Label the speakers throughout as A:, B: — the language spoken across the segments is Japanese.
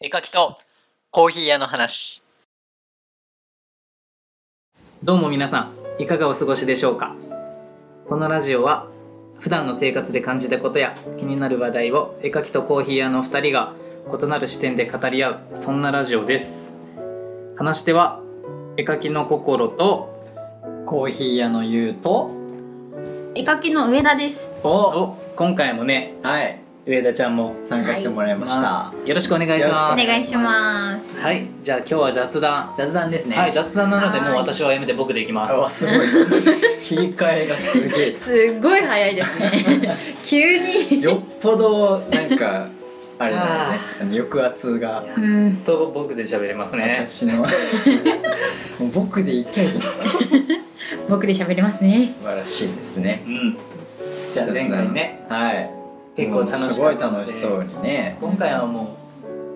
A: 絵描きとコーヒー屋の話
B: どうも皆さんいかがお過ごしでしょうかこのラジオは普段の生活で感じたことや気になる話題を絵描きとコーヒー屋の2人が異なる視点で語り合うそんなラジオです話し手は絵描きの心と
A: コーヒー屋のゆうと
C: 絵描きの上田です。
A: お
B: お今回もね
A: はい
B: 上田ちゃんも
A: 参加してもらいました、
B: よろしくお願いし
C: お
B: ます
C: 願いします。
B: はいじゃあ今日は雑談
A: 雑談ですね
B: はい雑談なので
C: はい
B: もう私はやめて僕でいきます
A: あす ごい切り替えがすげえ
C: すっごい早いで すね。急に。
A: よっぽどなんかあれだよ
B: あ
A: ねあの抑圧が
C: うん。
B: と僕で喋れますね
A: 私の もう僕でいきゃいいのか素
C: 僕で喋りますね。
A: 晴らしいです ね
B: うんじゃあ前回ね
A: 雑談はい
B: 結構楽しかった
A: もうすごい楽しそうにね
B: 今回はも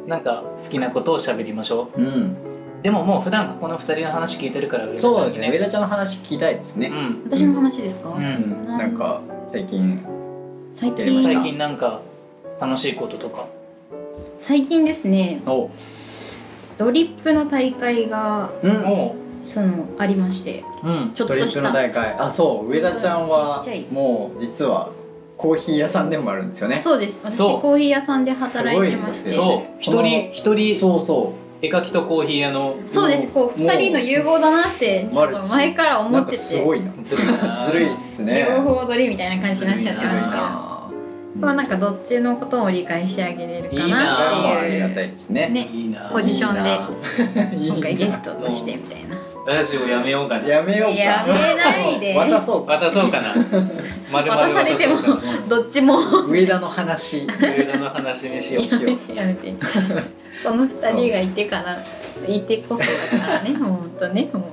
B: うなんか好きなことを喋りましょ
A: うん
B: うでももう普段ここの二人の話聞いてるから上田ちゃん
A: そうですね上
B: ね
A: 田ちゃんの話聞きたいですね
B: うん
C: 私の話ですか。
B: う
A: うんんなんか最近
C: 最
A: う
C: 近
A: ん
B: 最近なんか楽しいこととか
C: 最近ですね。
A: お
C: ドリップの大会が
A: うん
B: も
C: そのありまして、
B: ううん
C: ちょっ
A: ト
C: と
A: リッ
C: し
A: プの
C: た。
A: 大会あそう上田ちゃんは
C: ちっちゃい
A: もう実はコーヒー屋さんでもあるんですよね
C: そうです。私
B: そう
C: コーヒー屋さんで働いてまし
A: すご
C: て。
A: い
C: そ
B: そう一人一人
A: そうそ
B: 絵描きとコーヒー屋の
C: うです。こう
A: もう
C: 二人の融合だなってちょっと前から
A: う
C: 思
A: なん
C: っ
A: か
C: て
A: す
C: て
A: ご、いな
B: ずるいな
A: ずるいっすね
C: 両方取りみたいな感じになっちゃっ
A: ず
C: た
A: るい
C: んですけど。
A: な
C: まあなんかどっちのことも理解してあげれるか
B: いいな
C: な
A: それはもう
C: っ
A: あ
C: て
A: り
C: い
A: が
C: う
A: たいですね
C: ね
B: いいな
C: ポジションで
A: いいな
C: 今回ゲストとしてみたいな
B: ラジオやめようかな
A: やめようか
C: やめないで
A: 渡そうか
B: 渡そうかな丸々
C: 渡されても
B: 渡そうかな
C: どっちも
A: 上田の話
B: 上田の話にしよう
A: し よ
C: やめてその二人がいてからいてこそだか らねもうほんとねも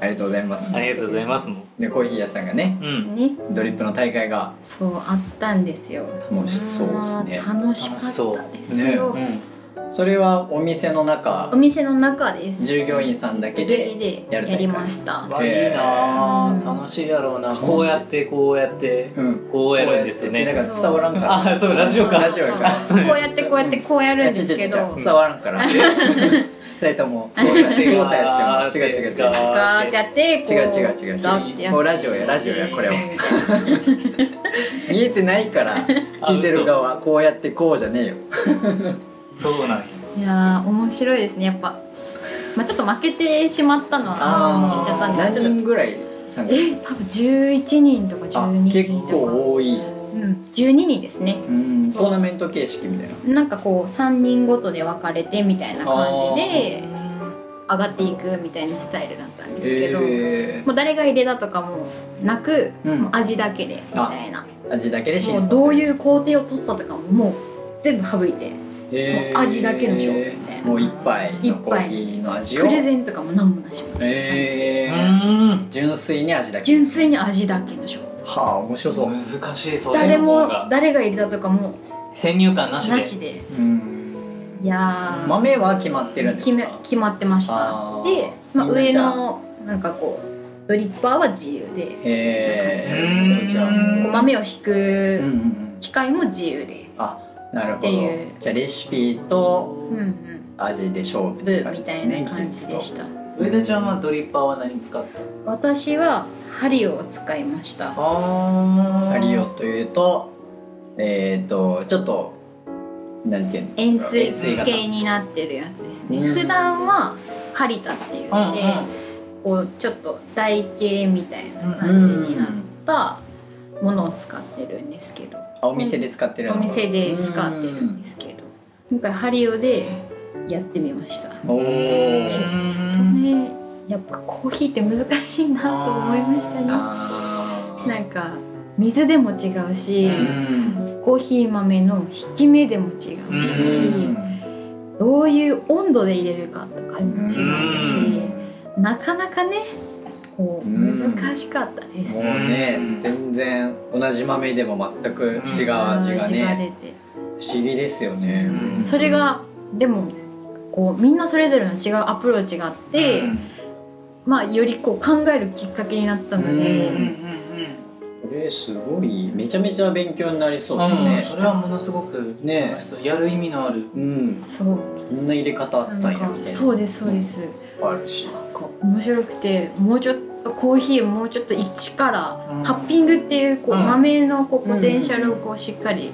A: ありがとうございます
B: ありがとうございますもん
A: でコーヒー屋さんがね
B: うん
C: うね
A: ドリップの大会が
C: そうあったんですよ
A: 楽しそうですね
C: あー楽しかったですよ、
B: うん
A: それはお店の中
C: お店の中です
A: 従業員さんだけ
C: で
A: でやる大会
C: やりました
B: わいいなあ
C: うん
B: 楽しいやろうな
A: 楽しい
B: こうやってこうやって
A: うん
B: こうやるんですよ
A: だ
B: ね
A: から伝わらんから
B: あそうラジオか
A: ラジオか
C: そうそうこうやってこうやってこうやるんですけど
A: いや違う違う違う伝わらんから2人とも交際交際やっても違う違う違う
C: ガーってやってこう
A: 違う違う違う
C: ザーってや
A: もう
C: っ
A: ラジオやラジオやこれは
C: うん
A: 見えてない から聞いてる側はこうやってこうじゃねえよ
B: そうなんや
C: いやー面白いですねやっぱ、まあ、ちょっと負けてしまったのは
B: あー
C: 負けちゃったんで
A: 何
C: すけどちょっと
A: 人ぐらい参加
C: え多分11人とか
A: あ
C: 12
A: 結
C: 人とか、
A: 構多い
C: うん、12人ですね
A: うんトーナメント形式みたいな
C: なんかこう3人ごとで分かれてみたいな感じで
A: あ
C: 上がっていくみたいなスタイルだったん
A: ー
C: ですけど、
A: え
C: もう誰が入れたとかもなく
A: ーうん
C: 味だけでみたいな
A: 味だけで審査
C: もうどういう工程を取ったとかももう全部省いてもう味だけの勝負みたいな
A: もう一杯のコーヒーの味を
C: プレゼンとかも何もなしみたいな
A: え
B: う
A: ー
B: ーん
A: 純粋に味だけ
C: 純粋に味だけの勝負
A: はあ面白そう
B: 難しいそれ
C: 誰
B: の方
C: も
B: が
C: 誰が入れたとかも
B: 先入観なしで
C: なしです、
A: ん
C: いやー
A: 豆は決まってるんです
C: 決
A: か
C: め決まってました
A: あー
C: で、まあ、
A: みんな
C: 上
A: じゃあ
C: のなんかこうドリッパーは自由で
A: へ
B: う
A: え
B: ん
A: じゃあ
C: こう豆を引
A: うんうん
C: く
A: うん
C: 機械も自由で、
A: あなるほ
C: っ
A: ど
C: ていう
A: じゃあレシピと
C: うんうん、
A: 味で勝負っ
C: ブ
A: て
C: ー
A: 感じ
C: み
A: で
C: た
A: す
C: い
A: ね
C: な感じでした
B: 上田ちゃんはドリッパーは何使った
C: 私は針を使いました
B: あ
A: サリオというとえっ、ー、とちょっとなんていうの
C: 円錐
A: 円錐型
C: 形になってるやつですね
A: うん
C: 普段はカリタっていう
B: うん
C: の
B: うん
C: で、こうちょっと台形みたいな感じになったものを使ってるんですけど
A: あお店で使ってる
C: お
A: の
C: 店で使ってるんですけど今回ハリオでやってみました
A: うんお
B: う
A: お
C: け
B: ん
C: どちょっとねやっぱコーヒーって難しいなと思いましたねな
A: あー
C: んか水でも違うし
A: うん
C: コーヒー豆の引き目でも違うし
A: うん
C: どういう温度で入れるかとかにも違う
B: う
C: しなかなかねこう
A: うん
C: 難しかったです
A: もうね
B: うん
A: 全然同じ豆でも全く違う味が
C: 味が
A: ね
C: 出て
A: 不思議ですよね
B: うん
C: それがでもこうみんなそれぞれの違うアプローチがあって、
B: うん
C: まあ、よりこう考えるきっかけになったの
A: う
B: うん
C: で
B: うんうん
A: これすごいめちゃめちゃ勉強になりそう
B: う
A: で
B: ん、
A: す
B: そ
A: ね、
B: れはものすごく
A: ね
B: 楽しそうやる意味のある
A: うん
C: そう
A: こんな入れ方あ
C: な
A: った
C: ん
A: んやみたい
C: か
A: な
C: そうですそうです、
A: あるし
C: なんか面白くてもうちょっとコーヒーもうちょっと一から、
B: うん
C: カッピングっていうこう、
B: うん
C: 豆のこうポテンシャルをこうしっかり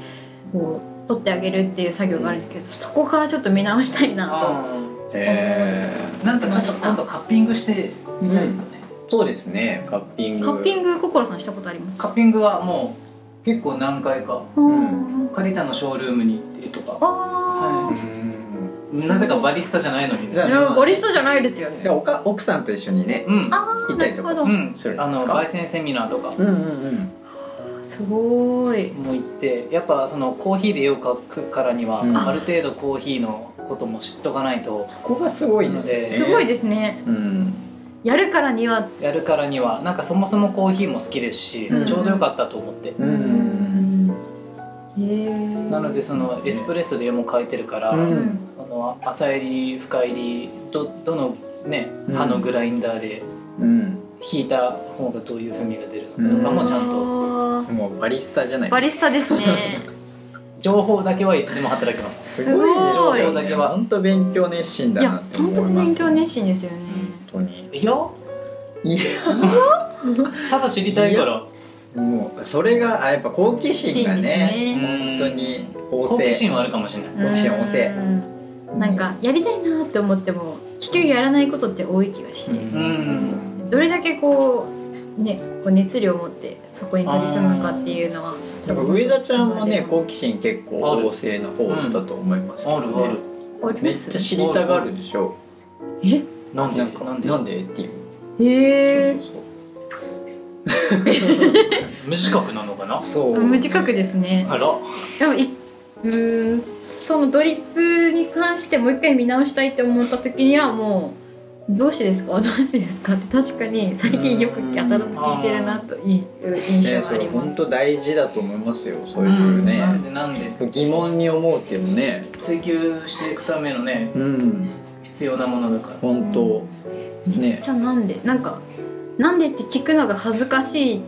C: こう取ってあげるっていう作業があるんですけど、そこからちょっと見直したいなと、
B: あ
A: え
B: ーなんかちょっと今度カッピングしてみたいですよね、
A: ー、そうですねカッピング
C: カッピング心さんしたことあります
B: カ
C: か
B: ッピングはもう結構何回か
C: うん、
B: 借りたのショールームに行ってとか
C: あ
A: う
B: は
A: ん
B: なぜかバリスタじゃないのに
D: じゃ
C: あ、
D: あ
C: でもゴリストじゃないですよ
D: で
C: ね
D: おか奥さんと一緒にね
B: うん
C: ああ
D: 行っ
C: な
D: たり
C: る
D: と
C: ほ
D: か
C: ど
B: うん
D: するんですか
B: あの焙煎セミナーとか
D: うんうんうん
C: すごーい
B: も行ってやっぱそのコーヒーで絵を描くからには、
D: うん
B: ある程度コーヒーのことも知っとかないと
D: そこがすごいですね
B: えー
C: すごいですね
D: うん
C: やるからには
B: やるからにはなんかそもそもコーヒーも好きですし、
D: うん
B: ちょうどよかったと思って、
D: うん
C: へえ
B: なのでそのエスプレッソで絵も描いてるから、
D: う
C: うんん
B: あの浅入り深入りどどのね
D: うん
B: 刃のグラインダーで
D: うん
B: 引いた方がどういう風味が出るのかとかもちゃんと
C: と
D: でもうバリスタじゃない
C: バ
D: で
C: リ
D: す
C: スタです ね
B: 情報だけはいつでも働けます
C: すごい
D: ね
B: 情報
D: か
B: だけ
D: は
B: は
D: 本当勉強熱心
C: い
D: だ
C: や
D: なって思い
C: 本
D: ます
C: 当に勉強熱心ですよね
D: 本当に
B: いや
D: い
B: ただ知りたいから
D: やもうそれがあやっぱ好奇心がね
B: 心
D: 本
B: ですね
D: 当に旺盛
B: 好奇心はあるかもしれない、
D: 好奇心旺盛
C: うんなんかやりたいなって思っても結局やらないことって多い気がして、
B: ん
C: どれだけこうねこう熱量を持ってそこに取り組むかっていうのは
D: やっぱ上田ちゃんはね好
C: 奇
D: 奇心結構旺盛な方だと思いますけ
B: あ
D: ど
B: る
D: ね
B: ある
D: めっちゃ知りたがるでしょ
C: え
B: なんで
D: なんか
B: なんで
D: なんでっていう
C: え ー
B: 無自覚なのかな
D: そう
C: 無自覚ですね
B: あら
C: でもいうーんそのドリップに関してもう一回見直したいって思った時にはもう「どうしてですかどうしてですか?」って確かに最近よくやたらと聞いてるなという印象
D: ね
C: が
D: そ
C: あ
D: れ
C: りま
D: 本
C: す。
D: 当大事だと思いますよそういうね
B: なんでなんで
D: 疑問に思うっていうのね
B: 追求していくためのね
D: うん
B: 必要なものだから
D: 本当
C: めっちゃなんで、なんかなんでって聞くのが恥ずかしい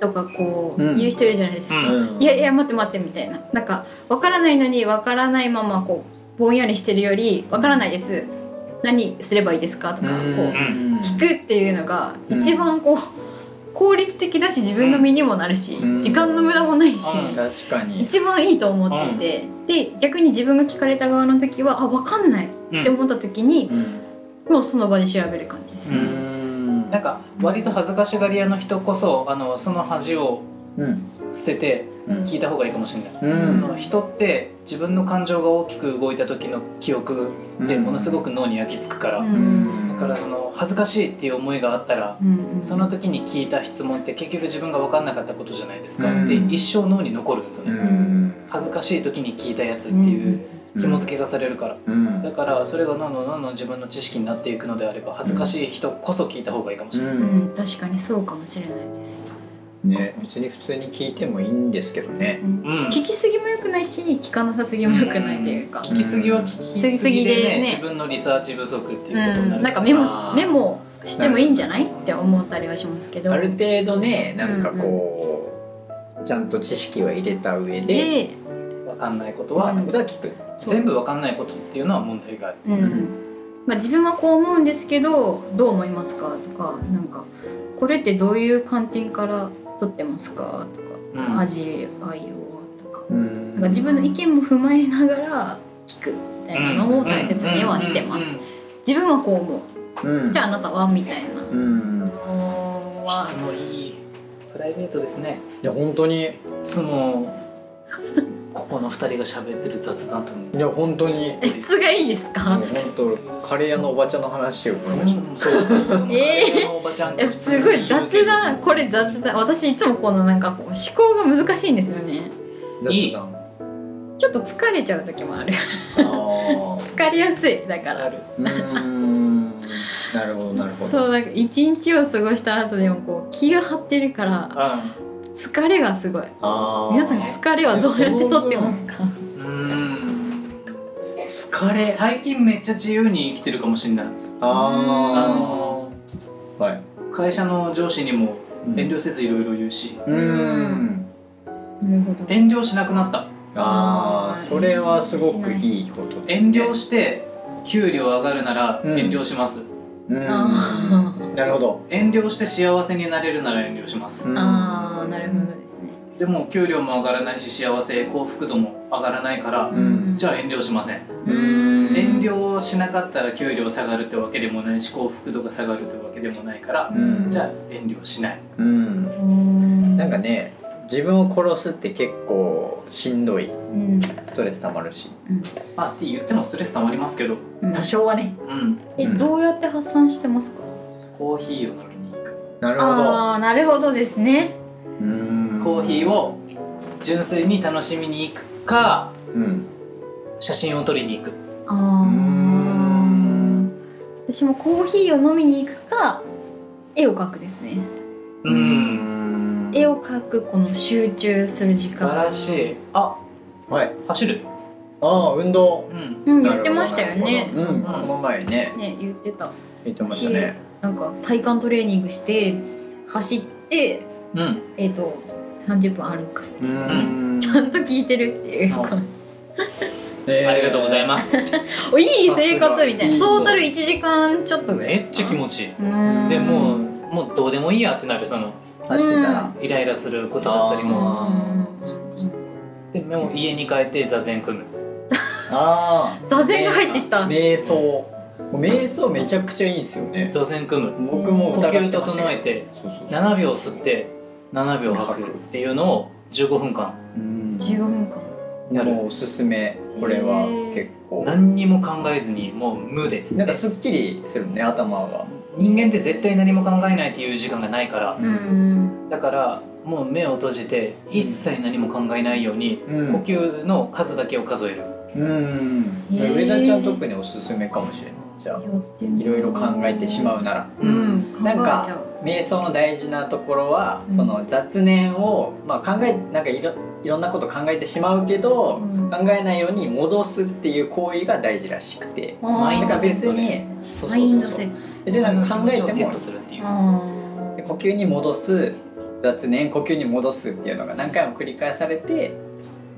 C: とかこう
D: うん
C: 言う人いるじゃないですか。
D: うん
C: いやいや待って待ってみたいななんかわからないのにわからないままこうぼんやりしてるよりわからないです何すればいいですかとかこう聞くっていうのが
D: うん
C: 一番こう、効率的だし自分の身にもなるし、
D: うん
C: 時間の無駄もないし、
B: うん
D: 確かに
C: 一番いいと思っていて、で逆に自分が聞かれた側の時はあ分かんないって思った時に、もうその場で調べる感じです、
D: う
B: うんなんか割と恥ずかしがり屋の人こそあのその恥を
D: うん
B: 捨てて
D: うん
B: 聞いた方がいいかもしれない、
D: うん
B: あの人って自分の感情が大きく動いた時の記憶ってものすごく脳に焼き付くから、
C: う
D: うんん
B: だからその恥ずかしいっていう思いがあったら
C: うん
B: その時に聞いた質問って結局自分が分かんなかったことじゃないですか、
D: うん
B: で一生脳に残るんですよ
D: う
B: ね、
D: ん
B: 恥ずかしい時に聞いたやつっていう紐付けがされるから、
D: うん
B: だからそれがどんどんどんどん自分の知識になっていくのであれば恥ずかしい人こそ聞いた方がいいかもしれない、
C: う
D: うん
C: ん、確かにそうかもしれないです、
D: ね別に普通に聞いてもいいんですけどね
C: うん
B: うん
C: 聞きすぎもよくないし聞かなさすぎもよくないというか、
B: 聞きすぎは聞きすぎで,、
C: 聞きすぎ
B: ね
C: でね
B: 自分のリサーチ不足っていう
C: う
B: ことになる、
C: ん、なんかメモし
D: あー
C: メモしてもいいんじゃないって思ったりはしますけど
D: ある程度ねなんかこうちゃんと知識は入れた上で
C: で、
B: 分かんないこと
D: わかんな
B: はい
D: ことは聞く
C: そう
B: 全部分かんないことっていうのは問題がある
C: うん
D: うん
C: まあ、自分はこう思うんですけどどう思いますかとかなんかこれってどういう観点から撮ってますかとか、
B: うん
C: 味合いをとか
D: うん
C: なんか自分の意見も踏まえながら聞くみたいなのを大切にはしてま
B: う
C: す、
B: んうんうんうん
C: 自分はこう思
D: う
C: うんじゃああなたはみたいな
D: うん
C: の
B: 質の
C: は
B: いいプライベートですね
D: いや本当に
B: いつも ここの二人が喋ってる雑談と思う
D: いや本当に
C: え質がいいですか
D: もう本当カレー屋のおばちゃんの話を思いました
B: うんそう
C: え
B: おばちゃん
C: えすごい雑談これ雑談私いつもこのなんかこう思考が難しいんですよね
B: い
D: 雑
B: い
D: 談
C: ちょっと疲れちゃう時もある
D: あ
C: 疲れやすいだから
B: ある
D: ーうーんなるほどなるほど
C: そうなんか一日を過ごした後でもこう気が張ってるから疲れがすごい
D: あー
C: 皆さん疲れはどうやって取ってますか
B: うん
D: 疲れ
B: 最近めっちゃ自由に生きてるかもしれない
D: あ
B: あ
D: あ
B: の
D: はい
B: 会社の上司にも
D: ううん
B: 遠慮せずいろいろ言うし
A: うーん
C: なるほど
B: 遠慮しなくなった
A: ああそれはすごくいいことです、ね、
B: 遠慮して給料上がるなら
A: うん
B: 遠慮します、
A: うん
C: あ
A: なるほど
B: 遠慮して幸せになれるなら遠慮します、
A: うん
C: あーなるほどですね
B: でも給料も上がらないし幸せ幸福度も上がらないから、
A: ん
B: じゃあ遠慮しません、
C: うーん
B: 遠慮をしなかったら給料下がるってわけでもないし幸福度が下がるってわけでもないから、
A: うん
B: じゃあ遠慮しない
A: うん
C: うん
A: なんかね自分を殺すって結構しんどい
C: うん
A: ストレスたまるし
B: まあって言ってもストレスたまりますけど
C: うん
A: 多少はね
B: うん
C: え
A: うん
C: どうやって発散してますか
B: コーヒーを飲みに行く
A: なるほど
C: ああなるほどですね
A: うーん
B: コーヒーを純粋に楽しみに行くか
A: うん
B: 写真を撮りに行く
C: あ
A: うーん
C: あ私もコーヒーを飲みに行くか絵を描くですね
B: うん、
A: ん
C: 絵を描くこの集中する時
B: 素晴
C: 間
B: らしいあ
A: はい
B: 走る
A: ああ運動
B: うん
C: うん言ってましたよね
A: なるほどうんこの前ね
C: ね言ってた
A: 言ってましたね
C: なんか体幹トレーニングして走って
B: うん
C: えっ、と30分歩く
A: うーん
C: ちゃんと聞いてるっていうか
A: えー
B: ありがとうございます
C: おいい生活みたい
A: い
C: ないトータル1時間ちょっとぐらい
B: めっちゃ気持ちいいう
C: ーん
B: でもうもうどうでもいいやってなるその
A: 走ってたら
B: イライラすることだったりも
A: あ
B: でもう家に帰って座禅組む
A: あー
C: 座禅が入ってきた
A: 瞑想もう瞑想めちゃくちゃいいんですよね
B: 座禅組む
A: 僕も
B: 呼
A: 疑
B: 吸
A: ってました
B: 整え
A: け
B: て
A: どそうそうそう
B: 7秒吸って7秒吐
A: 吐
B: く
A: く
B: っていうのを15分間
A: うん
C: 15分間
B: やる
A: もうおすすめこれは結構
B: 何にも考えずにもう無で
A: なんかすっきりするね頭が
B: 人間って絶対何も考えないっていう時間がないから
C: うん
B: だからもう目を閉じて一切何も考えないように
A: うん
B: 呼吸の数だけを数える
A: うん
C: へー
A: 上田ちゃん特におすすめかもしれないじゃあ
C: やってみ
A: い
C: よう
A: ろいろ考えてしまうなら
C: うん考えち
A: なんか
C: ゃう
A: 瞑想の大事なところは、
C: うん
A: その雑念を、まあ、考えなんかいろいろんなこと考えてしまうけど、
C: うん
A: 考えないように戻すっていう行為が大事らしくて
C: あー
B: マイン
A: だ
B: ド
A: から
B: セッ
A: 別
B: ト
A: に
B: ね
A: そう
C: マ
A: そう
C: イン
A: そ
C: ド
A: う
C: セ
A: そう
C: ット
A: 別になんか考え
B: 気持ちを
A: て
B: セ
A: も
B: ットするっていう
C: あ
A: で
C: ー
A: 呼吸に戻す雑念呼吸に戻すっていうのが何回も繰り返されて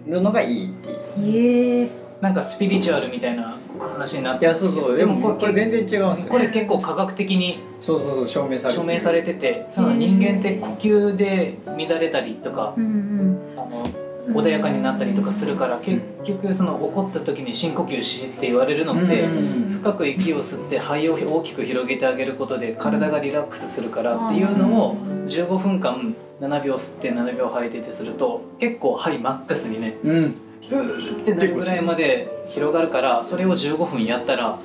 A: るのがいいっていう
C: へえ
B: なんかスピリチュアルみたいな話になっ
A: い
B: て
A: やそうそうでも
B: でも
A: ここれ全然違うんですよ
B: これ
A: ね
B: 結構科学的に
A: そうそうそう証明されて
B: 証明されててその人間って呼吸で乱れたりとか
C: うんうん
B: あの穏やかになったりとかするから結局その怒った時に深呼吸しって言われるのって
A: うんうん
B: 深く息を吸って肺を大きく広げてあげることで体がリラックスするからっていうのを15分間7秒吸って7秒吐いてってすると結構肺マックスにね
A: うん
B: うーってなるぐらいまで広がるからそれを15分やったら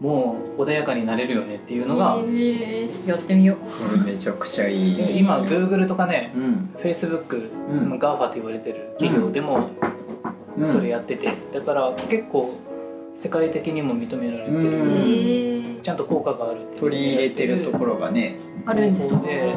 B: もう穏やかになれるよねっていうのが
C: へーやってみよう
A: これめちゃくちゃいい
B: 今 Google とかね
A: うん
B: フェイスブック、
A: うん
B: GAFA と言われてる企業でも
A: うん
B: それやってて、だから結構世界的にも認められてる、
A: うん
C: へえ
B: ちゃんと効果があるって
A: 取り入れてるところがね
C: あるんですか
B: で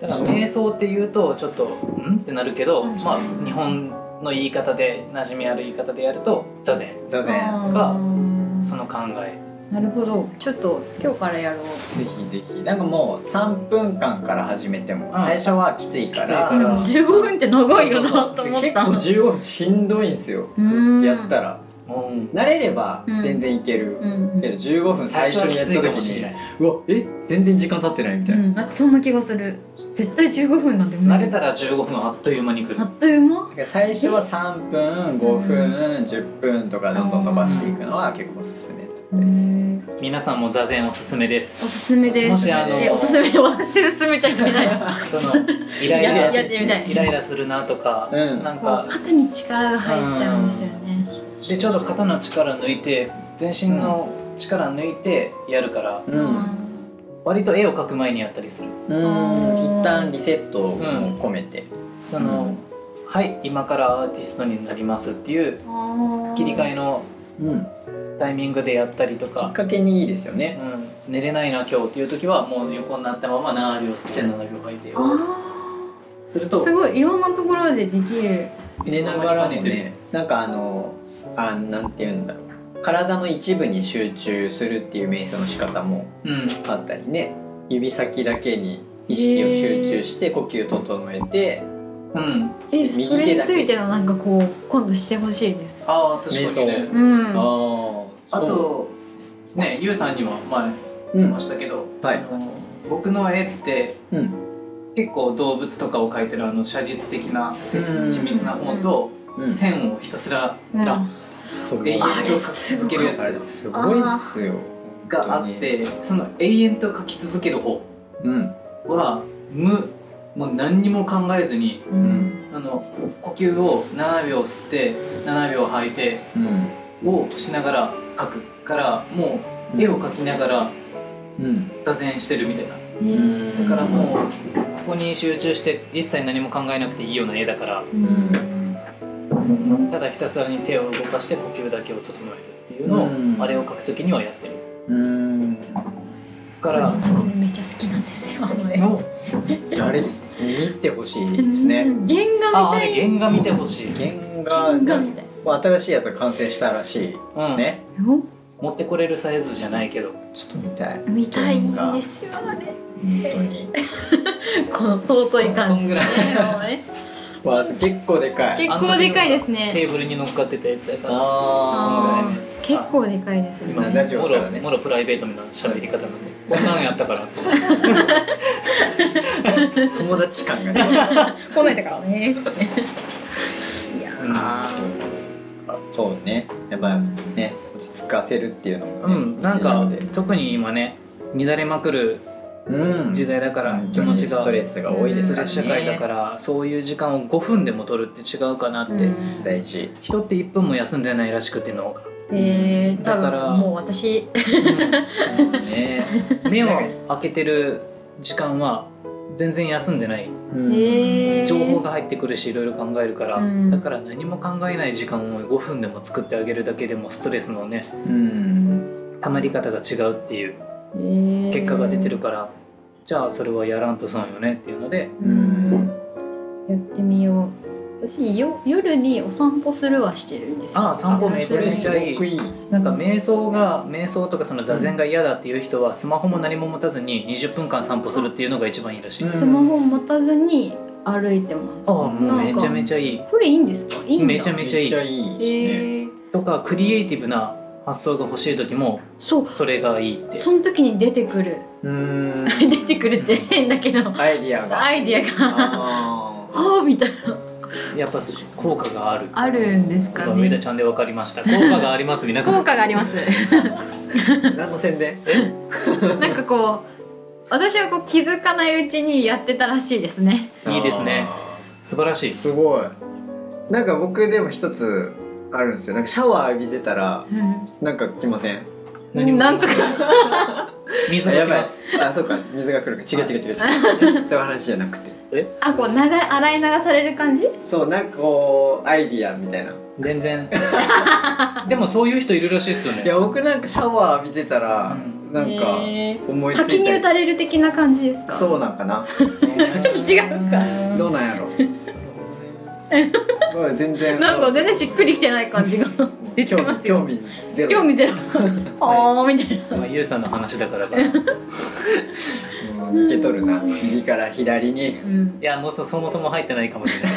B: だから瞑想っていうとちょっとんってなるけど、
C: う
B: ま
C: ん
B: あ日本の言い方で馴染みある言い方でやると座禅
A: 座禅
C: あー
B: その考え
C: なるほどちょっと今日からやろう
A: ぜひぜひなんかもう3分間から始めても
B: ん
A: 最初はきついか
B: きついからら
C: 15分って長いよなと思っ
A: 結
C: た
A: 構十分しんどいんですよ
C: うん
A: やったら
B: もう
A: 慣れれば
C: うん
A: 全然いける
C: うん
A: けど15分最初にやった
B: 最初はきついかもし
A: 時
B: れ
A: に
B: ないう
A: わえ全然時間経ってないみた
C: う、
A: いなん
C: なんかそんな気がする絶対15分なんで無
B: 慣
C: 理
B: れたら15分あっという間に来る
C: あっという間
A: だから最初は3分5分10分とかどんどん伸ばしていくのは結構おすすめだったりする
B: 皆さんも座禅おすすめです
C: おすすめです
B: もしあの
C: えおすすめ私勧めちゃいけない
B: そのイライ
C: や
B: ラ
C: やってみたい
B: イライラするなとか、
A: うん
B: なん
C: こ
B: か
C: う肩に力が入っちゃうんですよね
B: でちょうど肩の力抜いて全身の力抜いてやるから
A: うんうん
B: 割と絵を描く前にやったりする
A: 一旦リセットを込めて
B: その、はい今からアーティストになりますっていう切り替
C: え
B: えの
A: うん
B: タイミングでやったりと
A: きっ
B: か、
A: かけにいいですよね
B: うん、寝れないな今日っていう時はもう横になったまま7秒吸って7秒吐いてを
C: あ
B: する
C: あ
B: と
C: すごいいろんなところでできる
A: 寝ながらも
B: 寝てる
A: ねなんかあのあなんて言うんだろう体の一部に集中するっていう瞑想の仕方も
B: うん
A: あったりね指先だけに意識を集中して呼吸整えて
B: うん
C: え
A: 右手だけ
C: それについてのなんかこう今度してほしいです
B: ああ確かに
A: 瞑
B: ね
A: 想
C: うん
A: あ
B: あとねゆうさんにも前
A: う
B: 言い
A: ん
B: ましたけど、
A: はい
B: あの僕の絵って
A: うん
B: 結構動物とかを描いてるあの写実的な
A: うん
B: 緻密な本と
A: うん
B: 線をひたすら
C: うん
A: あ
D: そ
B: 永遠
D: れ
B: と描き続けるや
A: あれ
B: つ
A: すごいっすよ
B: があ
A: 本
B: っ
A: 当に
B: てその永遠と描き続ける方
A: うん
B: は無もう何にも考えずに
C: う
A: うんん
B: あの呼吸を7秒吸って7秒吐いて
A: うん
B: をしながら描くからもう絵を描きながら
A: うん
B: 座禅してるみたいな
C: ね
B: だからもうここに集中して一切何も考えなくていいような絵だから
C: う
A: うん
B: ただひたすらに手を動かして呼吸だけを整えるっていうのを、
A: うん
B: あれを描くときにはやってる
A: うん
B: だか
C: 個
B: ら
C: 人的にめっちゃ好きなんですよあの絵
A: あれ見てほしいですね
C: うん原
B: ああ
C: 画みた
B: れ
C: い
B: 原画見てほしい、
A: 原
C: 原画み
A: 画
C: たい
A: 新しいやつが完成したらしいですね
C: うん
B: 持ってこれるサイズじゃないけど
A: ちょっと見たい
C: 見たいんですよあれ
A: 本当に
C: この尊い感じ
B: こんぐらい
C: のね
A: わあ結構でかい
C: 結構でかいですね
B: テーブルに乗っかってたやつやから
A: あ
B: 構
C: あー結構でかいですよ
B: 今
A: ラ
C: ね
A: ジオ
B: も
A: だ
B: ろ
A: からね
B: もろプライベートみたいな喋り方になってこんなんやったからっつって
A: あ友達感 がね
C: こないだからねつっていや
A: そうねやっぱね落ち着かせるっていうのも
B: う
A: ね
B: んなん
A: 一
B: か
A: 流で
B: 特に今ね乱れまくる
A: うん
B: 時代だから
A: 本
B: 気
A: 当に
B: 持ちが
A: ストレスが多いです
B: ス
A: か
B: ト
A: ら
B: レ
A: ね
B: ス社会だからそういう時間を5分でも取るって違うかなって、
C: うん
A: 大事
B: 人って1分も休んでないらしくての
C: えー、多
B: だから
C: 分もう私
A: ね
B: 目を開けてる時間は全然休んでない
A: うん
C: えー
B: 情報が入ってくるしいろいろ考えるから、
C: うん
B: だから何も考えない時間を5分でも作ってあげるだけでもストレスのね
A: うん
B: 溜まり方が違うっていう結果が出てるから、じゃあそれはやらんと損よねっていうので
C: う
A: うんん
C: やってみよう私よ夜にお散歩するはしてるんです
B: ああ散歩めち
A: そ
B: ゃ
A: れ
B: め
A: す
B: ち
A: ご
B: ゃいい
A: くいい
B: なんか瞑想が瞑想とかその座禅が嫌だっていう人はスマホも何も持たずに20分間散歩するっていうのが一番いいらしい、
A: うん
C: スマホ持たずに歩いてます
B: ああもうめちゃめちゃいい
C: これいいんですかいいんだ
B: めちゃめちゃいい
A: めっちゃいいしね
C: えー、
B: とかクリエイティブな発想が欲しい時も
C: そう
B: それがいいって
C: その時に出てくる
A: うん
C: 出てくるって変だけど
A: アイディアが
C: アイディアが
A: あー
C: ああみたいな
B: やっぱ効果がある
C: あるんですか
B: 上田
C: ね
B: ちゃんで分かりました効果があります皆さ
C: 効
B: ん
C: 果があります
A: 何の宣伝
C: なんかこう私はこう気づかないうちにやってたら しいですね
B: いいですね素晴らしい
A: すごいなんか僕でも一つあるんですよなんかシャワー浴びてたら
C: う
A: なんか来ません
B: 何
C: ん
B: も
C: なんか
B: 水
A: あ
B: が
A: や
B: き
A: ばい
B: ます
A: あそうか水が来るから違う違う違う違 うそういう話じゃなくて
C: あこう長い洗い流される感じ
A: そうなんかこうアイディアみたいな
B: 全然 でもそういう人いるらしいっすよね
A: いや僕なんかシャワー浴びてたら、
B: うん
A: なんか
C: へー
A: 思いついたり
C: 滝に打たれる的な感じですか
A: そうなんかな
C: ちょっと違うか
A: どうなん やろまあ全然
C: なんか全然しっくりきてない感じが出てますよ
A: 興味興味ゼロ
C: 今日見てるあーみたいな
B: まあゆうさんの話だからかない
A: うん受け取るな右から左に
C: うん
B: やもうそそもそも入ってないかもしれない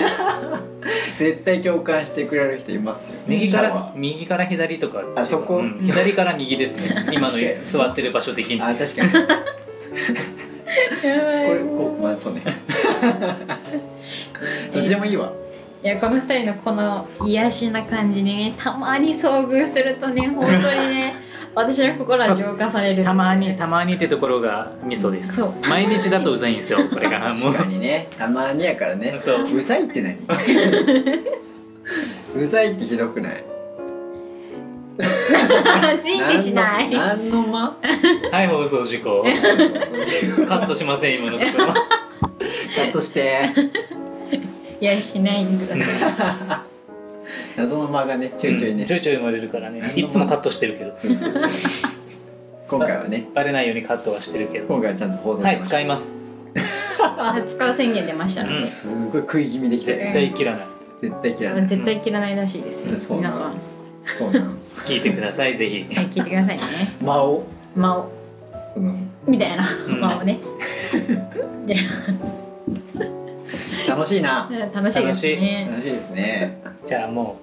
A: 絶対共感してくれる人いますよ
B: 右
A: シ
B: か
A: ャワ
B: ら
A: ー
B: 右から左とか
A: あそこ
B: うん左から右ですね今の座ってる場所的に
A: あ確かに こ
C: や
A: れこうまあ そうねどっちでもいいわ
C: いやこの二人のこの癒しな感じにねたまに遭遇するとね本当にね私の心は浄化される
B: たまにたまにってところがミソです
C: そう
B: 毎日だとうざいんですよこれがも
A: 確
B: う
A: かにねたまにやからね
B: そう
A: うざいって 何うざいってひどくない
C: ついてしない
A: 何の間
B: はい放送事項カットしません今のところは
A: だとして
C: いやしないんだね
A: 謎の間がねちょいちょいね
B: うんちょいちょい生まれるからねいつもカットしてるけど
A: そうそうそう今回はね
B: バレないようにカットはしてるけど
A: 今回はちゃんと放送し
B: はい
A: ました
B: 使います
C: あ使う宣言出ましたね、
A: すごい食い気味できた
B: 絶
A: よ
B: 対切らない
A: 絶対嫌いな
C: 絶対切らないらしいですよ、
A: うんそうな
C: 皆
A: の
C: さん、は
A: そうなの
B: 聞いてくださいぜひ
C: い、聞いてくださいね
A: 間を
C: 間を
A: その
C: みたいな
B: うん
C: まあ ね
D: 楽しいな
C: うん楽しいですね
A: 楽しいですね
B: じゃあも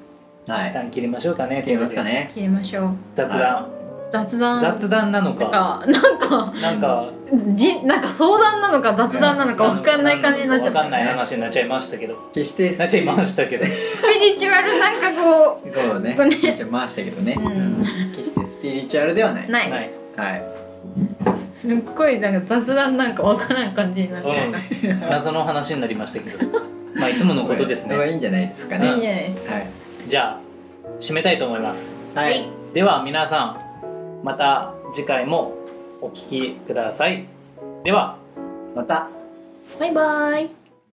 A: は
B: う
A: い
B: 一旦切りましょうかね
A: 切りますかね
C: 切りましょう
B: 雑談、
C: 雑談
B: 雑談なの
C: なん
B: か
C: かなんか
B: なんか
C: じなんか相談なのか雑談なのか分かんない感じになっちゃっ
B: わか
C: た
B: んない話になっちゃいましたけど
A: 決して
B: なっちゃいましたけど
C: スピリチュアルなんかこ
A: そうね
C: ごめん
A: めっちゃ回したけどね
C: う、うん
A: うん決してスピリチュアルではない
C: ない、
B: はい、
A: はい
C: すっごいなんか雑談なんか分からん感じになってた、い
B: うん、謎の話になりましたけどまあいつものことです
A: これは
B: ね
A: いいんじゃないですか
C: い
A: ね、
C: ん
A: はい
C: じゃないですか
B: じゃあ締めたいと思います
A: は
C: はい
A: い
B: では皆さんまた次回もお聞きくださいでは
A: また
C: バイバイ